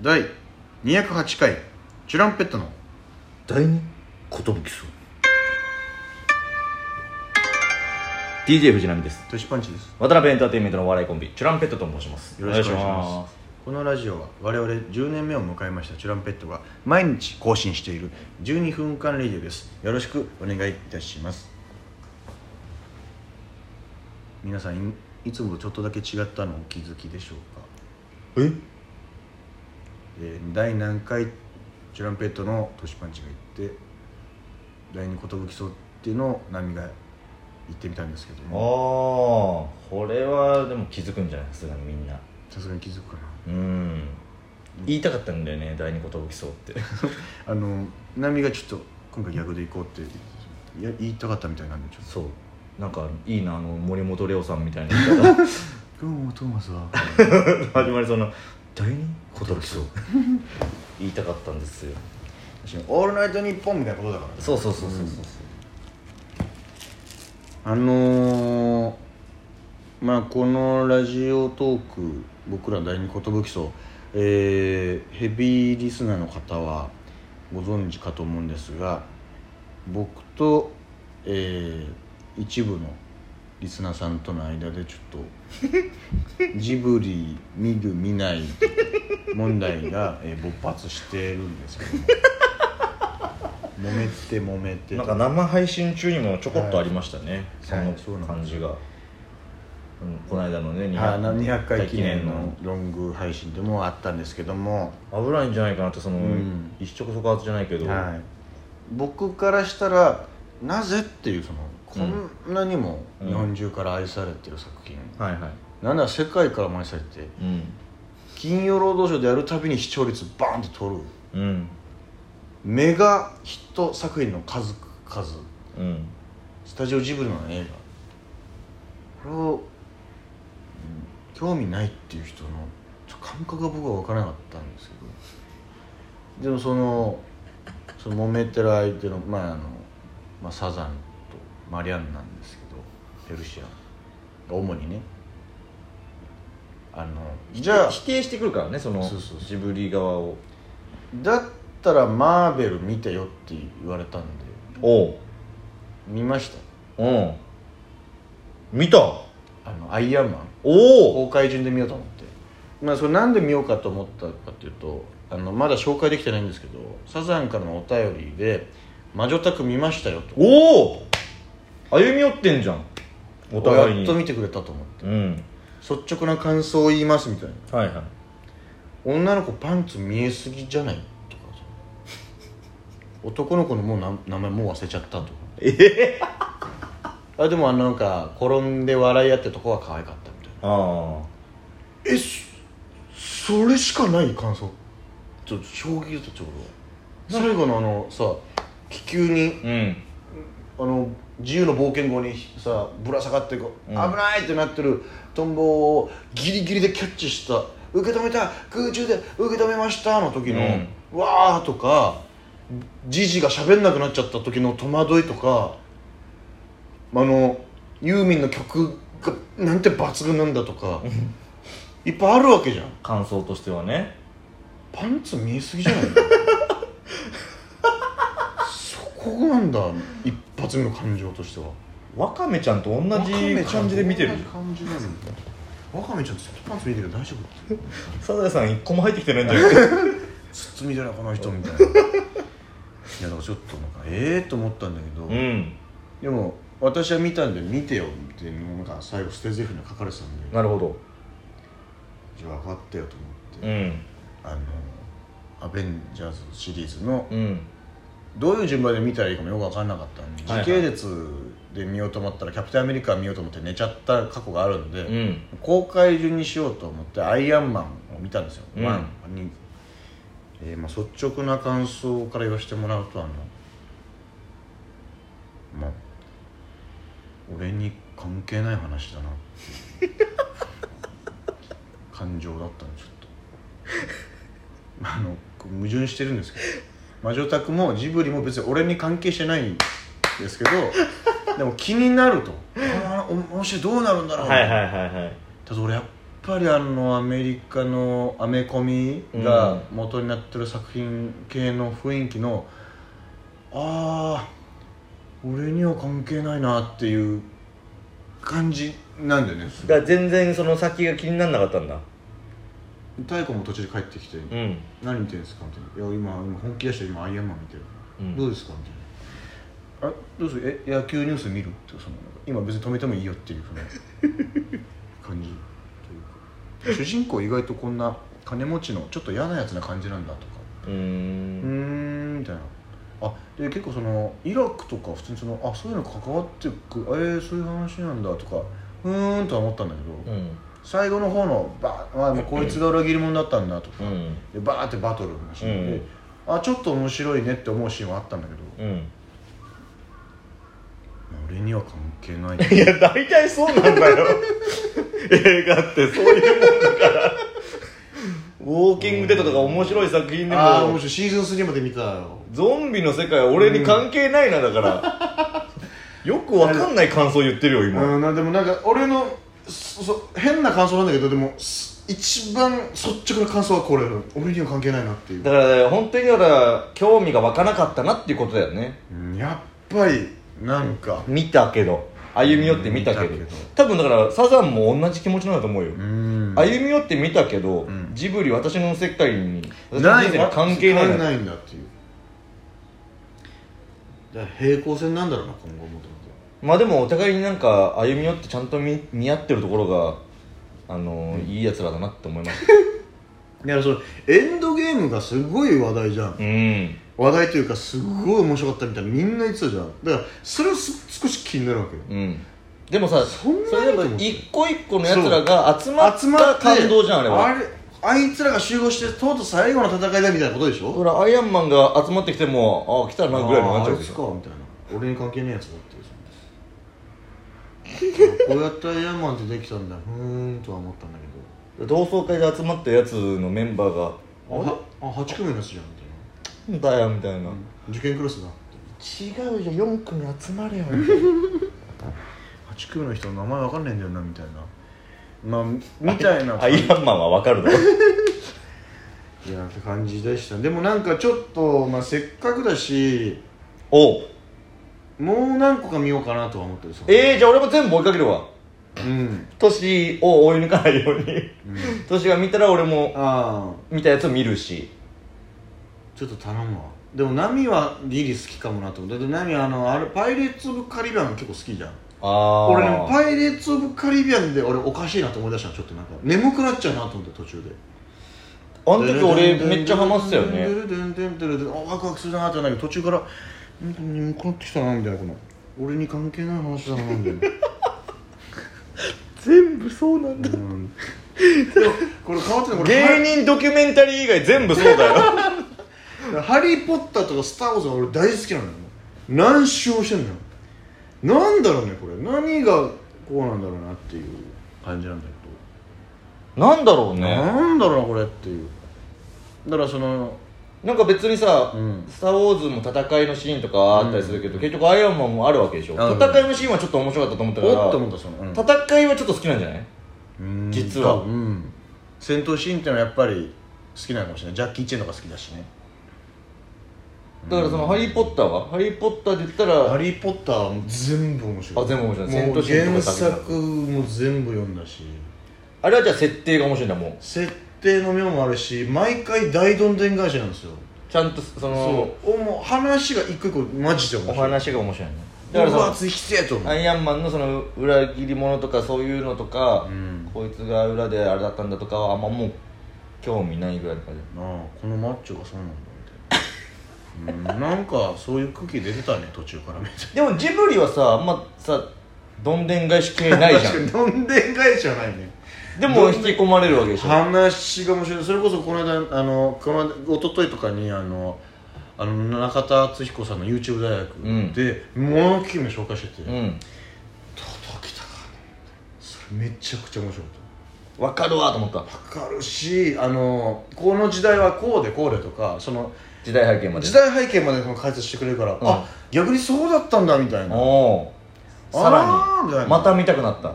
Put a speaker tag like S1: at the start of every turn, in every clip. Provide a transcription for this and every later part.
S1: 第208回チュランペットの
S2: 第二寿そう DJ 藤波です
S1: トシパンチです
S2: 渡辺エンターテインメントのお笑いコンビチュランペットと申します
S1: よろしくお願いします
S2: す
S1: このラジオは我々10年目を迎えましたチュランペットが毎日更新している12分間レディオですよろしくお願いいたします皆さんいいつもとちょっとだけ違ったのお気づきでしょうか
S2: え
S1: えー第何回チュランペットのトシパンチが行って第二寿荘っていうのを波が行ってみたんですけど
S2: ああ
S1: も
S2: これはでも気づくんじゃないさすがにみんな
S1: さすがに気づくかな
S2: うん言いたかったんだよね第二寿そうって
S1: あの波がちょっと今回逆で行こうっていや言いたかったみたいなんでちょっと
S2: そうなんかいいなあの森本レオさんみたいな言い 方
S1: 「どうもトーマス は」
S2: 始まりその第二寿 そう言いたかったんですよ
S1: 確かに「オールナイトニッポン」みたいなことだからね
S2: そうそうそうそうそうそう
S1: あのーまあこのラジオトーク僕ら第二寿荘、えー、ヘビーリスナーの方はご存知かと思うんですが僕と、えー一部のリスナーさんとの間でちょっとジブリ見る見ない問題が、えー勃発してるんですけども揉めて揉めて
S2: なんか生配信中にもちょこっとありましたね、
S1: はい
S2: その感じが、うん、この間のね
S1: あの200
S2: 200
S1: 回記念のロング配信でもあったんですけども、
S2: 危ないんじゃないかなってその、
S1: ん
S2: 一直即発じゃないけど、
S1: はい、僕からしたらなぜっていうそのこんなにも日本中から愛されてる作品、
S2: はいはい
S1: なんなら世界からも愛されて
S2: うん
S1: 金曜ロードショーでやるたびに視聴率バーンと取る
S2: うん
S1: メガヒット作品の数々
S2: うん
S1: スタジオジブリの映画これを、うん興味ないっていう人のちょっと感覚が僕は分からなかったんですけどでもそのその揉めてる相手の,、まああのまあ、サザンとマリアンなんですけどペルシアンが主にねあのじゃあ
S2: 否定してくるからねその
S1: そうそうそう
S2: ジブリ側を
S1: だったらマーベル見てよって言われたんで
S2: おう
S1: 見ました
S2: うん見た
S1: あのアイアンマン
S2: おお
S1: 公開順で見ようと思ってまあそれなんで見ようかと思ったかっていうとあのまだ紹介できてないんですけどサザンからのお便りで「魔女宅見ましたよ」と
S2: おお歩み寄ってんじゃんお互
S1: や
S2: い
S1: っ
S2: に
S1: と見てくれたと思って
S2: うん
S1: 率直な感想を言いますみたいな
S2: はいはい
S1: 女の子パンツ見えすぎじゃないとかさ男の子のもうな名前もう忘れちゃったとか
S2: え
S1: あでもあのなんか転んで笑い合ってるとこは可愛かったみたいな
S2: ああ
S1: えそれしかない感想ちょっと衝撃だったちょうど最後のあのさ気球に
S2: うん
S1: あの自由の冒険号にさぶら下がってこう、
S2: うん
S1: 危ないってなってるトンボをギリギリでキャッチした受け止めた空中で受け止めましたの時の、わーとかじじが喋んなくなっちゃった時の戸惑いとかあのユーミンの曲がなんて抜群なんだとかいっぱいあるわけじゃん
S2: 感想としてはね
S1: パンツ見えすぎ じゃないそこなんだ一発目の感情としては
S2: わかめちゃんと同
S1: わかめ
S2: じ
S1: ちゃん
S2: 感じで見てる
S1: 同じ感じなんだわかめちゃんずっとパンツ見てるけど大丈夫って
S2: サザエさん一個も入ってきてないんじゃな いか
S1: ずっと見てないこの人みたい ないやだからちょっとなんかええー、と思ったんだけど、
S2: うん
S1: でも私は見たんで見てよってなんか最後捨てゼフに書かれてたんで
S2: なるほど
S1: じゃあ分かったよと思って、
S2: うん
S1: あのアベンジャーズシリーズの
S2: うん
S1: どういう順番で見たらいいかもよく分かんなかったんで、
S2: はいはい
S1: 時系列で見ようと思ったら「キャプテンアメリカ」見ようと思って寝ちゃった過去があるんで、
S2: うん
S1: 公開順にしようと思って「アイアンマン」を見たんですよ、
S2: うん
S1: ワンに、えーまあ、率直な感想から言わせてもらうとあのまあ俺に関係ない話だなって いう感情だったのちょっとまああの矛盾してるんですけど魔女宅もジブリも別に俺に関係してないんですけどでも気になるとああ面白いどうなるんだろう、
S2: はいはいはいはい
S1: ただ俺やっぱりあのアメリカのアメコミが元になってる作品系の雰囲気の、ああ俺には関係ないなっていう感じなんだよね
S2: だから全然その先が気にならなかったんだ
S1: 太鼓も途中で帰ってきて「
S2: うん
S1: 何見てるんですか?」みたいな「いや今今本気出して今アイアンマン見てる、
S2: うん
S1: どうですか?」みたいな「あどうするえ野球ニュース見る?」ってその今別に止めてもいいよっていう ふうな感じというか主人公意外とこんな金持ちのちょっと嫌なやつな感じなんだとか
S2: うー
S1: うー
S2: ん
S1: んみたいなあで結構そのイラクとか普通にそのあそういうの関わってくえー、そういう話なんだとかうーんとは思ったんだけど、
S2: うん
S1: 最後の方のバー、まあ、もうこいつが裏切り者だったんだとか、
S2: うん
S1: でバーってバトルの話
S2: う
S1: で、
S2: ん
S1: あちょっと面白いねって思うシーンはあったんだけど
S2: うん
S1: 俺には関係ない
S2: いや大体そうなんだよ映画ってそういうもんだから「ウォーキングデッド」とか面白い作品で
S1: ああ面
S2: も
S1: 白いシーズン3まで見たよ
S2: ゾンビの世界は俺に関係ないなだから、 よくわかんない感想言ってるよ今、
S1: うんなでもなんか俺のそそ変な感想なんだけどでもす一番率直な感想はこれ俺には関係ないなっていう
S2: だから本当にだから興味が湧かなかったなっていうことだよね
S1: うんやっぱりなんか
S2: 見たけど歩み寄って見た
S1: う
S2: けど
S1: ん見たけど
S2: 多分だからサザンも同じ気持ちなんだと思うよ、
S1: うん
S2: 歩み寄って見たけど、
S1: ん
S2: ジブリ私の世界に私の人生に関係ない
S1: 関
S2: な
S1: 係ないんだっていうだから平行線なんだろうな今後もと思って
S2: まあでもお互いになんか歩み寄ってちゃんと見見合ってるところがあのーいいやつらだなって思い ました
S1: いやそのエンドゲームがすごい話題じゃん、
S2: うん
S1: 話題というかすごい面白かったみたいなみんな言ってたじゃんだからそれをす少し気になるわけよ
S2: うんでもさ
S1: そんなにと
S2: れで
S1: 思
S2: も
S1: って
S2: 一個一個のやつらが集まっ
S1: 集ま
S2: た
S1: って
S2: 感動じゃんあれは
S1: あれあいつらが集合してとうとう最後の戦いだみたいなことでし
S2: ほ
S1: ょ
S2: らアイアンマンが集まってきてもああ来たなぐらいの感じ
S1: あ
S2: な
S1: あ
S2: ん
S1: い
S2: で
S1: つ
S2: す
S1: か
S2: よ
S1: みたいな俺に関係ねえやつだってこうやってアイアンマンってできたんだふーんとは思ったんだけ
S2: 同窓会で集まったやつのメンバーが
S1: どああ8組のやつじゃんみたい
S2: なんだよみたいな、
S1: な受験クラスだ
S2: 違うよ4組集まれよ
S1: 8組の人の名前わかんないんだよなみたいなまあみたいな
S2: アイアンマンはわかるだろ
S1: いやって感じでしたでもなんかちょっと、まあ、せっかくだし
S2: おう
S1: もう何個か見ようかなとは思ってるんですよ
S2: えー、じゃあ俺も全部追いかけるわ
S1: うん
S2: トシを追い抜かないようにトシが見たら俺も
S1: ああ
S2: 見たやつを見るし
S1: ちょっと頼むわでもナミはリリー好きかもなと思ってだってナミはあのあれパイレーツ・オブ・カリビアン結構好きじゃん
S2: ああ
S1: 俺ねパイレーツ・オブ・カリビアンで俺おかしいなと思い出したのちょっとなんか眠くなっちゃうなと思って途中で
S2: あの時俺めっちゃハマってたよ
S1: ドゥ
S2: ね
S1: ルドゥンドゥンドゥルドゥンあワクワクするなってなるけど途中から「うん眠くなってきたな」みたいなこの俺に関係ない話だなみたいな
S2: 全部そうなんだ
S1: うんでもこれ変わってないこれ
S2: 芸人ドキュメンタリー以外全部そうだよ
S1: ハ ハリー・ポッターとか「スター・ウォーズ」は俺大好きなのよ何周もしてんのよなんだろうねこれ何がこうなんだろうなっていう感じなんだけ
S2: なんだろう
S1: ど、
S2: ね
S1: なんだろうなこれっていうだからその
S2: なんか別にさ「
S1: うん
S2: スター・ウォーズ」も戦いのシーンとかあったりするけど、結局アイアンマンもあるわけでしょ
S1: ある
S2: 戦いのシーンはちょっと面白かったと思ったから
S1: おっと思ったその、うん
S2: 戦いはちょっと好きなんじゃない
S1: うん
S2: 実は
S1: 多分うん戦闘シーンっていうのはやっぱり好きなのかもしれないジャッキー・チェンとか好きだしね
S2: だからその「ハリー・ポッターは」ハリー・ポッター」で言っ
S1: 「
S2: た
S1: ハ
S2: ら
S1: リー・ポッター」はもう全部面白い
S2: あ全部面白い
S1: もう
S2: 戦闘シーン
S1: 原
S2: とかだけだ
S1: 作も全部読んだし
S2: あれはじゃあ設定が面白いんだもう
S1: 設定の妙もあるし毎回大どんでん返しなんですよ
S2: ちゃんとその
S1: そうおもう話が一個一個マジで面
S2: お
S1: 白い
S2: 話が面白いねだ
S1: だ
S2: か
S1: からら
S2: そ
S1: 熱
S2: の
S1: いきてえと思
S2: ア
S1: う
S2: イアンマンのその裏切り者とかそういうのとか、
S1: うん
S2: こいつが裏であれだったんだとかはあんまもう興味ないぐらいの感じ
S1: なあこのマッチョがそうなんだみたいなうんなんかそういう空気出てたね途中からみたい
S2: でもジブリはさあんまさどんでん返し系ないじゃん
S1: んどんでん返しはないね
S2: でも引き込まれるわけでしょ
S1: 話が面白いそれこそこの間あのこの間一昨日とかにあのあの中田敦彦さんの YouTube 大
S2: うん
S1: 学で「ものきめ」紹介してて、
S2: うん
S1: 届きたかそれめちゃくちゃ面白かった
S2: 分かるわと思った
S1: わかるしあのこの時代はこうでこうでとかその
S2: 時代背景まで
S1: 時代背景までその解説してくれるから、
S2: ん
S1: あ逆にそうだったんだみたい
S2: お
S1: な
S2: おーさ
S1: あらーみた
S2: ら
S1: い
S2: に
S1: な
S2: また見たくなった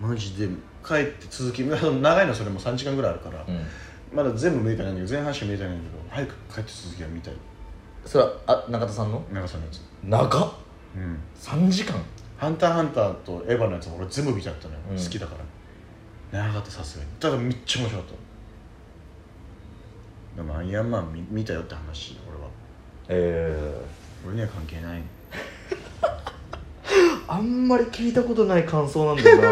S1: マジで帰って続き 長いのそれも3時間ぐらいあるから、
S2: うん、
S1: まだ全部見えてないんだけど前半しか見えてないんだけど早く帰って続きは見たい
S2: それはあ中田さんの
S1: 長さのやつ
S2: 長っ
S1: うん
S2: 3時間
S1: ハンターハンターとエヴァのやつも俺全部見ちゃったのよ、
S2: うん
S1: 好きだから長かったさすがにただめっちゃ面白かったでもアイアンマン見見たよって話俺は
S2: え
S1: 俺には関係ない
S2: えあんまり聞いたことない感想なんだ よ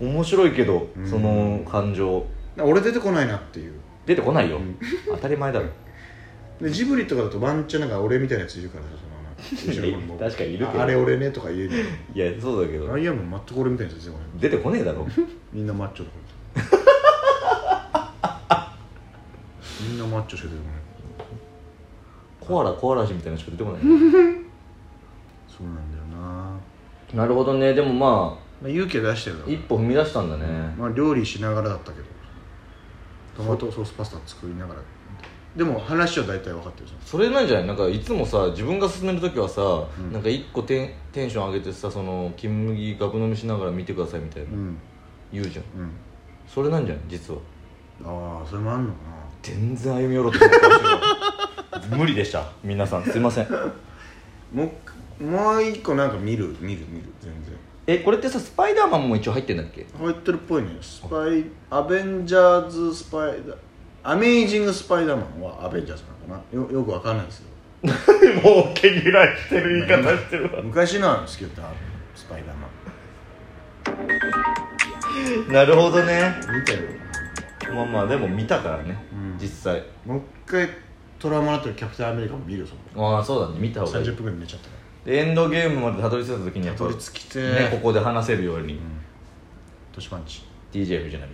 S2: な面白いけど
S1: うん
S2: その感情
S1: 俺出てこないなっていう
S2: 出てこないよ、
S1: うん
S2: 当たり前だろ
S1: でジブリとかだとワンチャンなんか俺みたいなやついるからさ そのなんか後ろ
S2: 確かにいるけど
S1: ああれ俺ねとか言える
S2: いやそうだけ
S1: の
S2: ど
S1: アイアンマン全く俺みたいなやつ出てこない
S2: 出てこねえ だろ
S1: みんなマッチョだから みんなマッチョしか出てこない
S2: コアラコアラシみたいなのしか出てこない
S1: そうなんだよな
S2: なるほどねでもま
S1: まあ、勇気を出してるだろ
S2: あ
S1: うな
S2: 一歩踏み出したんだね
S1: まあ、料理しながらだったけどトマトソースパスタ作りながらでも話は大体分かってるじ
S2: それなんじゃないなんかいつもさ自分が進める時はさ、
S1: ん
S2: なんか一個テンテンション上げてさその金麦ガブ飲みしながら見てくださいみたいな、
S1: ゃんうん
S2: 言うじゃん
S1: うん
S2: それなんじゃない実は
S1: ああそれもあんのか
S2: 全然歩み寄ろうとしてない無理でした皆さんすいません
S1: なもうもう一個なんか見る見る見る全然
S2: えこれってさスパイダーマンも一応入ってんだっけ
S1: 入ってるっぽいねスパイアベンジャーズスパイダーアメイジングスパイダーマンはアベンジャーズなのかなよよく分かんないですよ
S2: もう毛嫌いしてる
S1: 言い方
S2: してる
S1: 昔のは好きだったスパイダーマ
S2: なるほどね
S1: ン見たよ
S2: まあまあでも見たからね、
S1: うん
S2: 実際
S1: もう一回トラウマになってるキャプテンアメリカも見るよその
S2: ああそうだね見た方がいい
S1: 30分ぐらい寝ちゃったから
S2: でエンドゲームまでたどり着いた時にやっぱ
S1: たどり着きて
S2: ね、ここで話せるように、
S1: 年パンチ
S2: DJ 藤波